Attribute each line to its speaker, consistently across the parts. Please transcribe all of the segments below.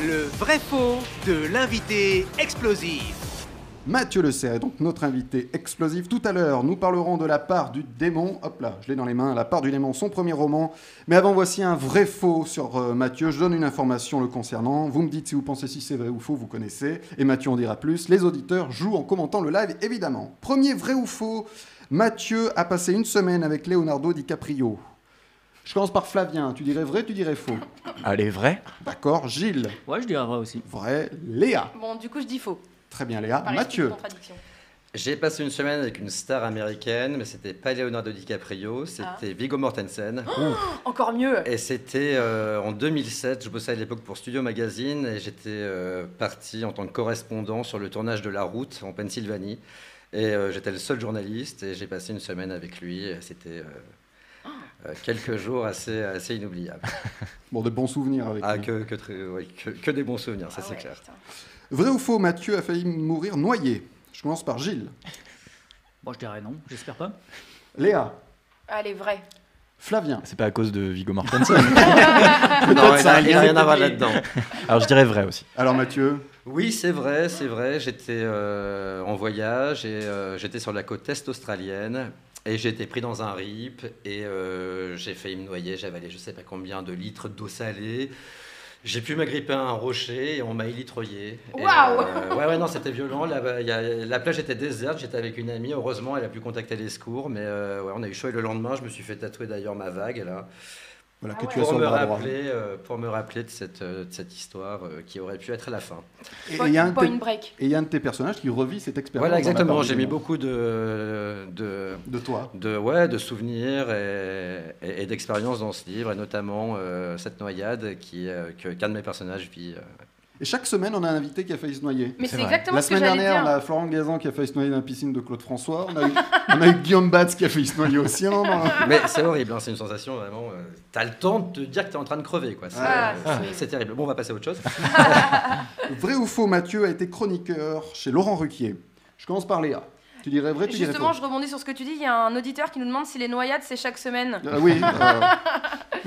Speaker 1: Le vrai faux de l'invité explosif.
Speaker 2: Mathieu Le Serre est donc notre invité explosif. Tout à l'heure, nous parlerons de La part du démon. Hop là, je l'ai dans les mains. La part du démon, son premier roman. Mais avant, voici un vrai faux sur euh, Mathieu. Je donne une information le concernant. Vous me dites si vous pensez si c'est vrai ou faux, vous connaissez. Et Mathieu en dira plus. Les auditeurs jouent en commentant le live, évidemment. Premier vrai ou faux, Mathieu a passé une semaine avec Leonardo DiCaprio. Je commence par Flavien. Tu dirais vrai, tu dirais faux.
Speaker 3: Allez, vrai
Speaker 2: D'accord, Gilles.
Speaker 4: Ouais, je dirais vrai aussi.
Speaker 2: Vrai, Léa.
Speaker 5: Bon, du coup, je dis faux.
Speaker 2: Très bien, Léa.
Speaker 5: Par esprit de
Speaker 2: Ah, Mathieu.
Speaker 5: contradiction.
Speaker 6: J'ai passé une semaine avec une star américaine, mais c'était pas Leonardo DiCaprio, c'était
Speaker 5: Ah.
Speaker 6: Viggo Mortensen.
Speaker 5: Encore mieux.
Speaker 6: Et c'était euh, en 2007, je bossais à l'époque pour Studio Magazine et j'étais euh, parti en tant que correspondant sur le tournage de La Route en Pennsylvanie. Et euh, j'étais le seul journaliste et j'ai passé une semaine avec lui. et C'était euh,
Speaker 5: Ah.
Speaker 6: euh, quelques jours assez, assez inoubliables.
Speaker 2: Bon, de bons souvenirs avec
Speaker 6: Ah,
Speaker 2: lui.
Speaker 6: que, que très- ouais, que- que des bons souvenirs, ça
Speaker 5: Ah
Speaker 6: c'est
Speaker 5: ouais,
Speaker 6: clair.
Speaker 5: putain.
Speaker 2: Vrai ou faux, Mathieu a failli mourir noyé. Je commence par Gilles.
Speaker 4: Bon, Oh, je dirais non, j'espère pas.
Speaker 2: Léa.
Speaker 5: Allez, vrai.
Speaker 2: Flavien.
Speaker 3: C'est pas à cause de Viggo Mortensen.
Speaker 6: Non, il
Speaker 2: ça,
Speaker 6: n'a il n'a rien à voir là-dedans.
Speaker 3: Alors je dirais vrai aussi.
Speaker 2: Alors Mathieu,
Speaker 6: Oui, c'est vrai, c'est vrai. J'étais euh, en voyage et euh, j'étais sur la côte est australienne et j'ai été pris dans un rip et euh, j'ai failli me noyer. J'avais avalé je sais pas combien de litres d'eau salée. J'ai pu m'agripper à un rocher et on m'a élitroyé. Et,
Speaker 5: Waouh
Speaker 6: euh, Ouais, ouais, non, c'était violent. La, il y a- la plage était déserte. J'étais avec une amie. Heureusement, elle a pu contacter les secours. Mais euh, ouais, on a eu chaud et le lendemain, je me suis fait tatouer d'ailleurs ma vague là
Speaker 2: voilà
Speaker 5: Ah
Speaker 2: que
Speaker 5: ouais.
Speaker 2: tu as
Speaker 6: pour
Speaker 2: sur
Speaker 6: me
Speaker 2: le bras droit.
Speaker 6: rappeler, euh, pour me rappeler de cette, euh, de cette histoire euh, qui aurait pu être la fin.
Speaker 2: Et
Speaker 5: Point-
Speaker 2: il y a un de
Speaker 5: point
Speaker 2: tes-
Speaker 5: break.
Speaker 2: et il y a un de tes personnages qui revit cette expérience.
Speaker 6: Voilà,
Speaker 2: dans la
Speaker 6: exactement.
Speaker 2: part du
Speaker 6: J'ai mis
Speaker 2: démon.
Speaker 6: beaucoup de, de,
Speaker 2: de toi.
Speaker 6: de, ouais, de souvenirs et, et- et d'expériences dans ce livre, et notamment euh, cette noyade qui, euh, que- qu'un de mes personnages vit. euh.
Speaker 2: Et chaque semaine, on a un invité qui a failli se noyer.
Speaker 5: Mais
Speaker 3: C'est
Speaker 5: c'est
Speaker 3: vrai.
Speaker 5: exactement
Speaker 2: La
Speaker 5: ce que
Speaker 2: semaine
Speaker 5: j'allais
Speaker 2: dernière,
Speaker 5: dire.
Speaker 2: on a Florent Gazan qui a failli se noyer dans la piscine de Claude François. On a eu, on a eu Guillaume Batz qui a failli se noyer aussi hein, à un moment.
Speaker 6: Mais c'est horrible, hein, c'est une sensation vraiment. euh, T'as le temps de te dire que t'es en train de crever, quoi. C'est,
Speaker 5: Ah,
Speaker 6: euh,
Speaker 5: c'est
Speaker 6: c'est-
Speaker 5: horrible.
Speaker 6: c'est terrible. Bon, on va passer à autre chose.
Speaker 2: Vrai ou faux, Mathieu a été chroniqueur chez Laurent Ruquier. Je commence par Léa. Tu dirais vrai, tu dirais
Speaker 5: Justement,
Speaker 2: faux.
Speaker 5: je rebondis sur ce que tu dis. Il y a un auditeur qui nous demande si les noyades, c'est chaque semaine.
Speaker 2: Euh, oui, euh,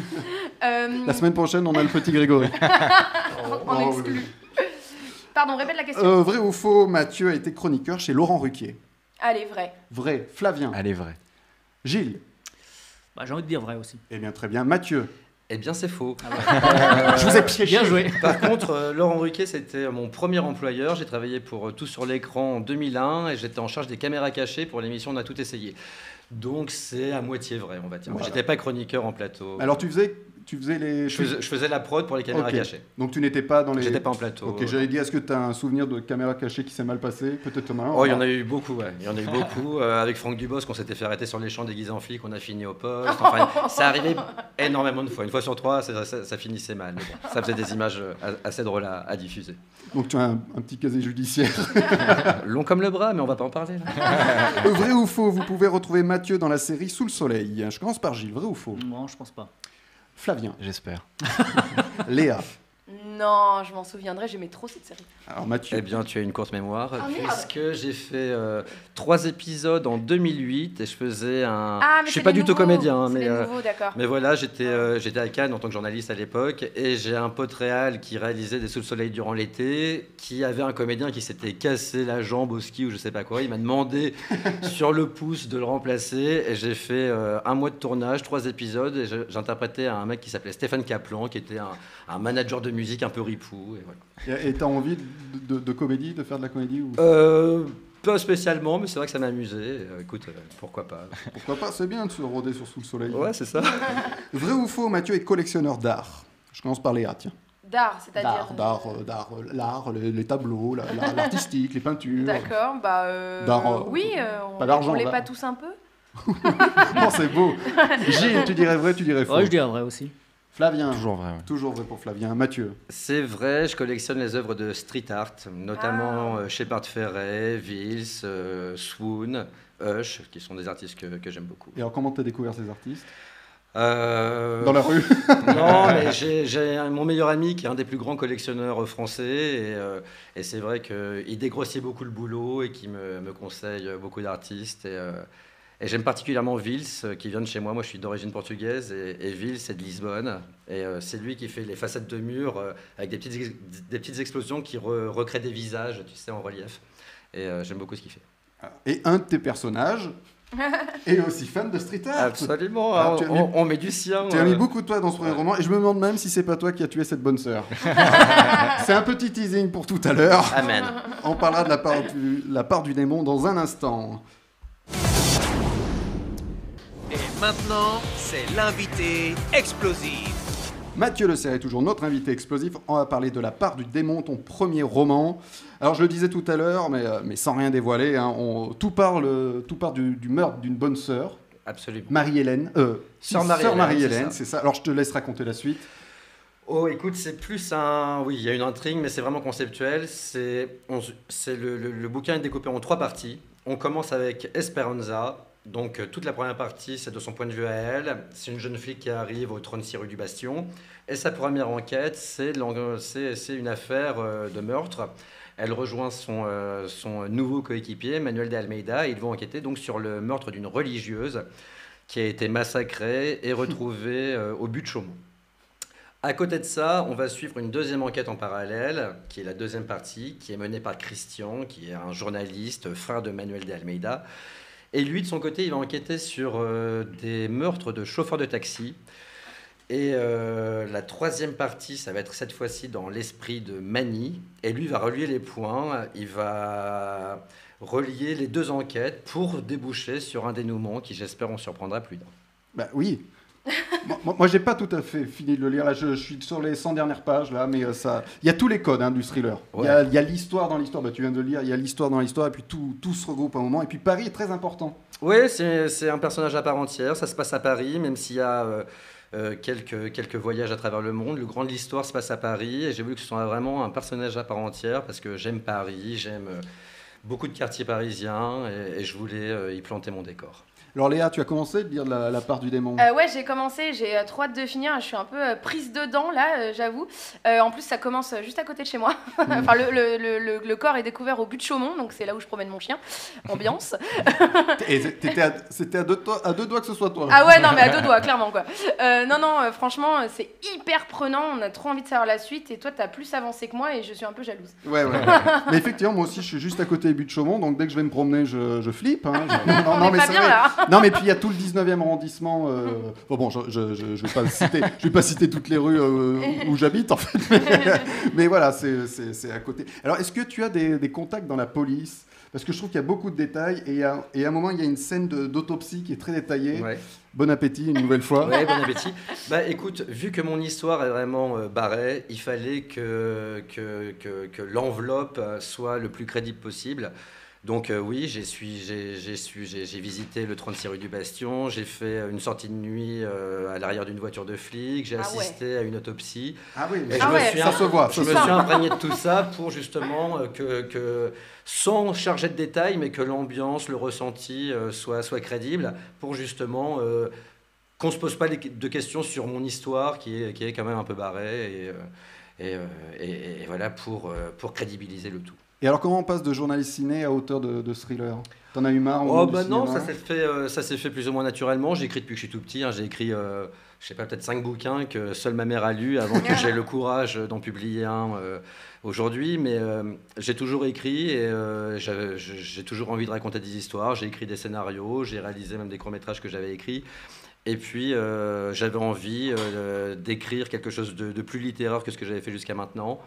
Speaker 5: Euh,
Speaker 2: la semaine prochaine, on a le petit Grégory. Oh,
Speaker 5: on exclut. Pardon, répète la question.
Speaker 2: Euh, vrai ou faux, Mathieu a été chroniqueur chez Laurent Ruquier.
Speaker 5: Allez, vrai.
Speaker 2: Vrai, Flavien,
Speaker 3: Allez, vrai.
Speaker 2: Gilles.
Speaker 4: Bah, j'ai envie de dire vrai aussi.
Speaker 2: Eh bien, très bien. Mathieu,
Speaker 6: Eh bien, c'est faux.
Speaker 2: Ah
Speaker 6: Euh,
Speaker 2: je vous ai piégé.
Speaker 4: Bien joué.
Speaker 6: Par contre, euh, Laurent Ruquet, c'était mon premier employeur. J'ai travaillé pour euh, Tout sur l'écran en 2001 et j'étais en charge des caméras cachées pour l'émission On a tout essayé. Donc c'est à moitié vrai, on va dire.
Speaker 2: Voilà.
Speaker 6: J'étais pas chroniqueur en plateau.
Speaker 2: Alors, tu faisais, tu faisais les.
Speaker 6: je, faisais, je faisais la prod pour les caméras
Speaker 2: Ok.
Speaker 6: cachées.
Speaker 2: Donc, tu n'étais pas dans les.
Speaker 6: J'étais pas en plateau.
Speaker 2: Ok, j'allais dire, est-ce que tu as un souvenir de caméra cachée qui s'est mal passée Peut-être maintenant.
Speaker 6: Oh, il y en a eu beaucoup, ouais. Il y en a eu beaucoup. Euh, avec Franck Dubos, qu'on s'était fait arrêter sur les champs déguisés en flic, on a fini au poste. Enfin, ça arrivait énormément de fois. Une fois sur trois, ça, ça- ça finissait mal. Mais bon, ça faisait des images euh, assez drôles à, à diffuser.
Speaker 2: Donc, tu as un, un petit casier judiciaire.
Speaker 6: Long comme le bras, mais on va pas en parler. là.
Speaker 2: Euh, vrai ou faux, vous pouvez retrouver Mathieu dans la série Sous le Soleil. Je commence par Gilles. Vrai ou faux
Speaker 4: Non, je pense pas.
Speaker 2: Flavien,
Speaker 3: J'espère.
Speaker 2: Léa.
Speaker 5: Non, je m'en souviendrai, j'aimais trop cette série.
Speaker 2: Alors, Mathieu.
Speaker 6: Eh bien, tu as une courte mémoire,
Speaker 5: Ah, merde.
Speaker 6: puisque j'ai fait euh, trois épisodes en 2008 et je faisais
Speaker 5: Ah,
Speaker 6: un.
Speaker 5: mais
Speaker 6: je
Speaker 5: c'est
Speaker 6: suis pas
Speaker 5: les
Speaker 6: du tout
Speaker 5: nouveaux,
Speaker 6: comédien, hein,
Speaker 5: c'est
Speaker 6: mais.
Speaker 5: les
Speaker 6: euh,
Speaker 5: nouveaux, d'accord.
Speaker 6: mais voilà, j'étais euh, j'étais à Cannes en tant que journaliste à l'époque et j'ai un pote réal qui réalisait des sous le soleil durant l'été, qui avait un comédien qui s'était cassé la jambe au ski ou je sais pas quoi. Il m'a demandé sur le pouce de le remplacer et j'ai fait euh, un mois de tournage, trois épisodes et je- j'interprétais un mec qui s'appelait Stéphane Kaplan, qui était un, un manager de musique un peu ripou. Et voilà.
Speaker 2: Et et t'as envie de, de- de comédie, de faire de la comédie ou...
Speaker 6: Eh ben. Euh, pas spécialement, mais c'est vrai que ça m'a amusé. Euh, Écoute, euh, pourquoi pas.
Speaker 2: Pourquoi pas C'est bien de se rôder sur Sous le Soleil.
Speaker 6: Ouais, c'est ça.
Speaker 2: Vrai ou faux, Mathieu est collectionneur d'art. Je commence par Léa, tiens.
Speaker 5: D'art, c'est-à-dire.
Speaker 2: D'art, d'art, euh, d'art, euh, l'art, les, les tableaux, la- la- l'artistique, les peintures.
Speaker 5: D'accord, bah. euh,
Speaker 2: D'art, euh,
Speaker 5: oui, euh, on,
Speaker 2: pas d'argent,
Speaker 5: on l'est
Speaker 2: là.
Speaker 5: pas tous un peu
Speaker 2: Non, c'est beau. Gilles, tu dirais vrai, tu dirais faux.
Speaker 4: Ouais, je dirais vrai aussi.
Speaker 2: Flavien.
Speaker 3: Toujours vrai. ouais.
Speaker 2: Toujours vrai pour Flavien. Mathieu.
Speaker 6: C'est vrai, je collectionne les œuvres de street art, notamment euh, Shepard Ferret, Vils, euh, Swoon, Hush, qui sont des artistes que, que j'aime beaucoup.
Speaker 2: Et alors, comment t'as découvert ces artistes
Speaker 6: Euh,
Speaker 2: Dans la rue
Speaker 6: Non, mais j'ai- j'ai un- mon meilleur ami qui est un des plus grands collectionneurs euh, français. Et, euh, et c'est vrai qu'il dégrossit beaucoup le boulot et qui me, me conseille beaucoup d'artistes. Et, euh, Et j'aime particulièrement Vils, euh, qui vient de chez moi. Moi, je suis d'origine portugaise, et, et Vils est de Lisbonne. Et euh, c'est lui qui fait les façades de murs euh, avec des petites, ex- des petites explosions qui re- recréent des visages, tu sais, en relief. Et euh, j'aime beaucoup ce qu'il fait.
Speaker 2: Et un de tes personnages est aussi fan de street art.
Speaker 6: Absolument,
Speaker 2: Ah,
Speaker 6: on,
Speaker 2: tu as mis-
Speaker 6: on- on met du sien.
Speaker 2: Tu as mis
Speaker 6: euh.
Speaker 2: beaucoup de toi dans ce premier
Speaker 6: Ouais.
Speaker 2: roman et je me demande même si c'est pas toi qui as tué cette bonne sœur. c'est un petit teasing pour tout à l'heure.
Speaker 6: Amen.
Speaker 2: On parlera de la part du, la part du démon dans un instant.
Speaker 1: Et maintenant, c'est l'invité explosif.
Speaker 2: Mathieu Le Serre est toujours notre invité explosif. On va parler de La part du démon, ton premier roman. Alors je le disais tout à l'heure, mais, euh, mais sans rien dévoiler, hein, on, tout parle, euh, tout part du, du meurtre d'une bonne sœur,
Speaker 6: Absolument.
Speaker 2: Marie-Hélène. euh,
Speaker 6: Sœur
Speaker 2: sœur
Speaker 6: Marie-Hélène,
Speaker 2: Marie-Hélène,
Speaker 6: c'est
Speaker 2: c'est
Speaker 6: ça.
Speaker 2: ça. Alors je te laisse raconter la suite.
Speaker 6: Oh, écoute, c'est plus un. Oui, il y a une intrigue, mais c'est vraiment conceptuel. C'est on se- c'est le, le- le bouquin est découpé en trois parties. On commence avec Esperanza. Donc, euh, toute la première partie, c'est de son point de vue à elle. C'est une jeune fille qui arrive au 36 rue du Bastion. Et sa première enquête, c'est l'en- c'est- c'est une affaire euh, de meurtre. Elle rejoint son, euh, son nouveau coéquipier, Manuel de Almeida, et ils vont enquêter donc sur le meurtre d'une religieuse qui a été massacrée et retrouvée euh, au but de Chaumont. À côté de ça, on va suivre une deuxième enquête en parallèle, qui est la deuxième partie, qui est menée par Christian, qui est un journaliste, frère de Manuel de Almeida. Et lui, de son côté, il va enquêter sur euh, des meurtres de chauffeurs de taxi. Et euh, la troisième partie, ça va être cette fois-ci dans l'esprit de Mani. Et lui va relier les points, il va relier les deux enquêtes pour déboucher sur un dénouement qui, j'espère, on surprendra plus d'un.
Speaker 2: Bah oui. moi, moi- moi, j'ai pas tout à fait fini de le lire. Là, je, je suis sur les 100 dernières pages là, mais euh, ça, il y a tous les codes hein, du thriller. Il y a- il y a l'histoire dans l'histoire. Bah, tu viens de le lire. Il y a l'histoire dans l'histoire, et puis tout, tout se regroupe à un moment. Et puis Paris est très important.
Speaker 6: Oui, c'est c'est un personnage à part entière. Ça se passe à Paris, même s'il y a euh, euh, quelques, quelques voyages à travers le monde. Le grand de l'histoire se passe à Paris. Et j'ai voulu que ce soit vraiment un personnage à part entière parce que j'aime Paris, j'aime euh, beaucoup de quartiers parisiens et, et je voulais euh, y planter mon décor.
Speaker 2: Alors Léa, tu as commencé de lire la, la part du démon.
Speaker 5: Euh, ouais, j'ai commencé, j'ai euh, trop hâte de finir. Je suis un peu euh, prise dedans là, euh, j'avoue. Euh, en plus, ça commence euh, juste à côté de chez moi. enfin, le, le- le- le- le corps est découvert au but de Chaumont, donc c'est là où je promène mon chien. Ambiance.
Speaker 2: Et t'étais à- c'était à deux, doigts- à deux doigts que ce soit toi.
Speaker 5: ah ouais, non, mais à deux doigts, clairement quoi. Euh, non, non, euh, franchement, euh, c'est hyper prenant. On a trop envie de savoir la suite. Et toi, t'as plus avancé que moi et je suis un peu jalouse.
Speaker 2: Ouais, ouais. mais effectivement, moi aussi, je suis juste à côté des buts de Chaumont, donc dès que je vais me promener, je, je flippe. hein. Je- Non, non,
Speaker 5: On est pas
Speaker 2: c'est
Speaker 5: bien
Speaker 2: vrai.
Speaker 5: là. Mm.
Speaker 2: Non, mais puis il y a tout le 19e arrondissement. euh, Bon, bon, je, je, je, je vais pas le citer. Je vais pas citer toutes les rues euh, où, où j'habite, en fait. Mais, mais voilà, c'est- c'est c'est à côté. Alors, est-ce que tu as des, des contacts dans la police Parce que je trouve qu'il y a beaucoup de détails. Et à, et à un moment, il y a une scène de- d'autopsie qui est très détaillée.
Speaker 6: Ouais.
Speaker 2: Bon appétit, une nouvelle fois.
Speaker 6: Ouais, bon appétit. Bah écoute, vu que mon histoire est vraiment euh, barrée, il fallait que, que, que, que l'enveloppe euh, soit le plus crédible possible. Donc euh, oui, j'ai suis- j'ai- j'ai suis- j'ai- j'ai visité le 36 rue du Bastion, j'ai fait euh, une sortie de nuit euh, à l'arrière d'une voiture de flic, j'ai
Speaker 5: Ah ouais.
Speaker 6: assisté à une autopsie.
Speaker 2: Ah oui,
Speaker 6: Et
Speaker 5: Ah
Speaker 6: je
Speaker 5: ouais.
Speaker 6: me suis
Speaker 2: ça se voit.
Speaker 6: je
Speaker 2: ça
Speaker 6: me
Speaker 2: se
Speaker 6: suis
Speaker 2: voit.
Speaker 6: imprégné de tout ça pour justement euh, que, que- sans charger de détails, mais que l'ambiance, le ressenti euh, soit, soit crédible, pour justement euh, qu'on ne se pose pas les- de questions sur mon histoire qui est, qui est quand même un peu barrée, et, euh, et, euh, et- et voilà, pour, euh, pour crédibiliser le tout.
Speaker 2: Et alors, comment on passe de journaliste ciné à auteur de, de thriller T'en as eu marre au
Speaker 6: Oh,
Speaker 2: monde du
Speaker 6: bah non,
Speaker 2: cinéma
Speaker 6: ça s'est fait, euh, ça s'est fait plus ou moins naturellement. J'écris depuis que je suis tout petit. hein. J'ai écrit, euh, je sais pas, peut-être cinq bouquins que seule ma mère a lus avant que j'aie le courage d'en publier un euh, aujourd'hui. Mais euh, j'ai toujours écrit et euh, j'avais- j'ai j'ai toujours envie de raconter des histoires. J'ai écrit des scénarios, j'ai réalisé même des courts-métrages que j'avais écrits. Et puis, euh, j'avais envie euh, d'écrire quelque chose de, de plus littéraire que ce que j'avais fait jusqu'à maintenant.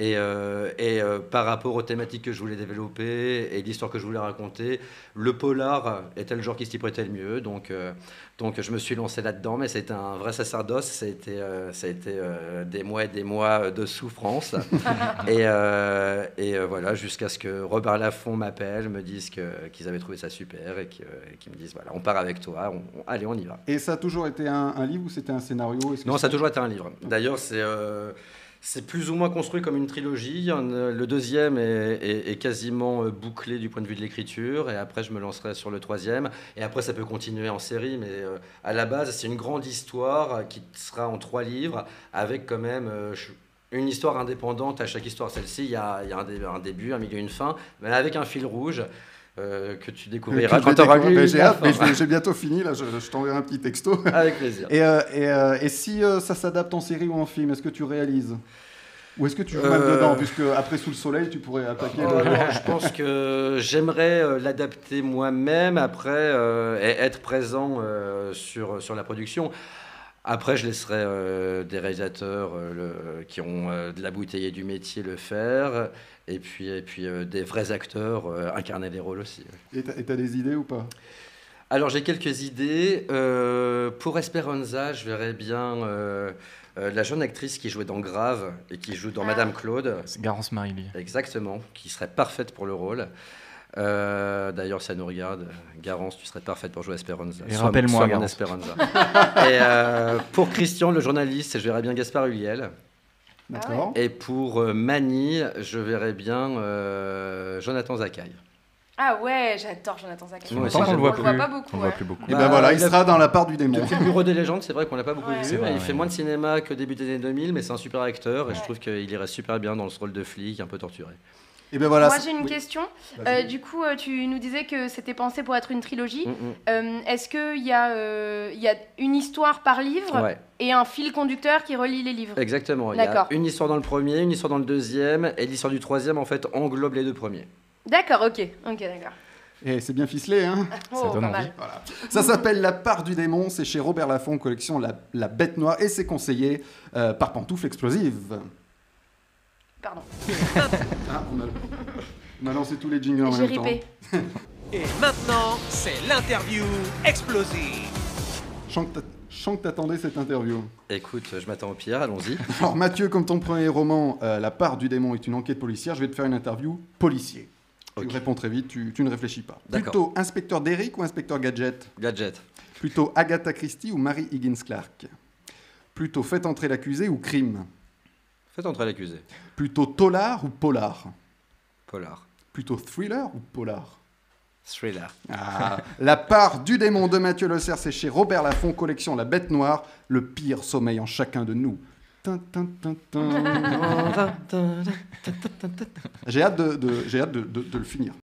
Speaker 6: Et, euh, et, euh, par rapport aux thématiques que je voulais développer et l'histoire que je voulais raconter, le polar était le genre qui s'y prêtait le mieux. Donc, euh, donc je me suis lancé là-dedans, mais c'était un vrai sacerdoce. Ça a été, euh, ça a été, euh, des mois et des mois de souffrance. et euh, et, euh, voilà, jusqu'à ce que Robert Laffont m'appelle, me dise que- qu'ils avaient trouvé ça super et que- et qu'ils me disent voilà, on part avec toi, on- on- allez, on y va.
Speaker 2: Et ça a toujours été un, un livre ou c'était un scénario Est-ce que
Speaker 6: Non, ça a
Speaker 2: c'est-
Speaker 6: toujours été un livre. D'ailleurs, c'est euh, c'est plus ou moins construit comme une trilogie. Il y en a- Le deuxième est, est- est quasiment euh, bouclé du point de vue de l'écriture, et après je me lancerai sur le troisième. Et après, ça peut continuer en série, mais euh, à la base, c'est une grande histoire euh, qui sera en trois livres, avec quand même euh, ch- une histoire indépendante à chaque histoire. Celle-ci, il y a, il y a un, dé- un début, un milieu, une fin, mais avec un fil rouge. euh, que tu
Speaker 2: Que
Speaker 6: découvriras
Speaker 2: je vais
Speaker 6: quand tu auras
Speaker 2: découvrir.
Speaker 6: lu.
Speaker 2: Ben, J'ai
Speaker 6: la
Speaker 2: hâte, mais
Speaker 6: fin.
Speaker 2: je- j'ai bientôt fini, là, je, je t'enverrai un petit texto.
Speaker 6: Avec plaisir.
Speaker 2: Et, euh, et, euh, et si euh, ça s'adapte en série ou en film, est-ce que tu réalises Ou est-ce que tu joues mal
Speaker 6: Euh.
Speaker 2: dedans Puisque après Sous le Soleil, tu pourrais attaquer
Speaker 6: Oh,
Speaker 2: le...
Speaker 6: non, je pense que j'aimerais euh, l'adapter moi-même après euh, et être présent euh, sur, sur la production. Après, je laisserai euh, des réalisateurs euh, le- qui ont euh, de la bouteille et du métier le faire, et puis, et puis euh, des vrais acteurs euh, incarner les rôles aussi.
Speaker 2: Et t'as- et t'as des idées ou pas
Speaker 5: Ah
Speaker 6: Alors j'ai quelques idées. Euh, pour Esperanza, je verrais bien euh, euh, la jeune actrice qui jouait dans Grave et qui joue dans
Speaker 5: Ah.
Speaker 6: Madame Claude.
Speaker 3: C'est Garance Marily.
Speaker 6: Exactement, qui serait parfaite pour le rôle. Euh, D'ailleurs, ça nous regarde. Garance, tu serais parfaite pour jouer Esperanza.
Speaker 3: Et
Speaker 6: Sois-
Speaker 3: rappelle-moi,
Speaker 6: sois mon
Speaker 3: Garance.
Speaker 6: Esperanza. et euh, pour Christian, le journaliste, je verrais bien Gaspard Huliel.
Speaker 2: D'accord.
Speaker 6: Et pour euh, Mani, je verrais bien euh, Jonathan Zakaï.
Speaker 5: Ah ouais, j'adore Jonathan Zakaï.
Speaker 6: Moi aussi,
Speaker 5: On
Speaker 6: j'aime
Speaker 5: le voit
Speaker 3: beaucoup.
Speaker 5: pas beaucoup.
Speaker 3: On le
Speaker 5: ouais.
Speaker 3: voit plus beaucoup.
Speaker 2: Et
Speaker 6: Bah,
Speaker 2: ben voilà, il
Speaker 6: il a-
Speaker 2: sera dans la part du démon.
Speaker 6: Depuis le bureau des légendes, c'est vrai qu'on l'a pas beaucoup
Speaker 5: Ouais.
Speaker 6: vu.
Speaker 3: C'est vrai,
Speaker 6: il
Speaker 3: ouais.
Speaker 6: fait moins de cinéma que début des années 2000, mais c'est un super acteur et je
Speaker 5: Ouais.
Speaker 6: trouve qu'il irait super bien dans ce rôle de flic un peu torturé.
Speaker 2: Et ben voilà.
Speaker 5: Moi
Speaker 2: c'est-
Speaker 5: j'ai une
Speaker 2: oui,
Speaker 5: question.
Speaker 2: vas-y.
Speaker 5: Euh, du coup, euh, tu nous disais que c'était pensé pour être une trilogie.
Speaker 6: Mm, mm.
Speaker 5: Euh, Est-ce qu'il y, a, euh, il y a une histoire par livre
Speaker 6: Ouais,
Speaker 5: et un fil conducteur qui relie les
Speaker 3: Euh,
Speaker 5: livres
Speaker 6: exactement. Il y a
Speaker 5: D'accord.
Speaker 6: une histoire dans le premier, une histoire dans le deuxième et l'histoire du troisième en fait englobe les deux premiers.
Speaker 5: D'accord, ok. Ok, d'accord.
Speaker 2: Et c'est bien ficelé, hein
Speaker 5: Oh,
Speaker 3: donne
Speaker 5: pas
Speaker 3: envie.
Speaker 5: mal.
Speaker 2: Ça s'appelle La part du démon, c'est chez Robert Laffont, collection La, La Bête Noire, et c'est conseillé euh, par Pantoufle Explosive.
Speaker 5: Pardon.
Speaker 2: Ah, on a, on a lancé tous les jingles en
Speaker 5: J'ai
Speaker 2: même temps.
Speaker 5: ripé.
Speaker 1: Et maintenant, c'est l'interview explosive.
Speaker 2: Je sens que t'a- je sens que t'attendais cette interview.
Speaker 6: Écoute, je m'attends au pire, allons-y.
Speaker 2: Alors Mathieu, comme ton premier roman, euh, La part du démon est une enquête policière, je vais te faire une interview policier. Tu
Speaker 6: Ok.
Speaker 2: me réponds très vite, tu, tu ne réfléchis pas.
Speaker 6: D'accord.
Speaker 2: Plutôt inspecteur d'Eric ou inspecteur Gadget
Speaker 6: Gadget.
Speaker 2: Plutôt Agatha Christie ou Mary Higgins Clark Plutôt Faites entrer l'accusé ou crime
Speaker 6: Faites entrer l'accusé.
Speaker 2: Plutôt Tolar ou Polar
Speaker 6: Polar.
Speaker 2: Plutôt thriller ou polar
Speaker 6: Thriller.
Speaker 2: ah, La part du démon de Mathieu Le Serre, c'est chez Robert Laffont, collection La Bête Noire, le pire sommeil en chacun de nous. Tin, tin, tin, tin. J'ai hâte de, de- j'ai hâte de, de- de le finir.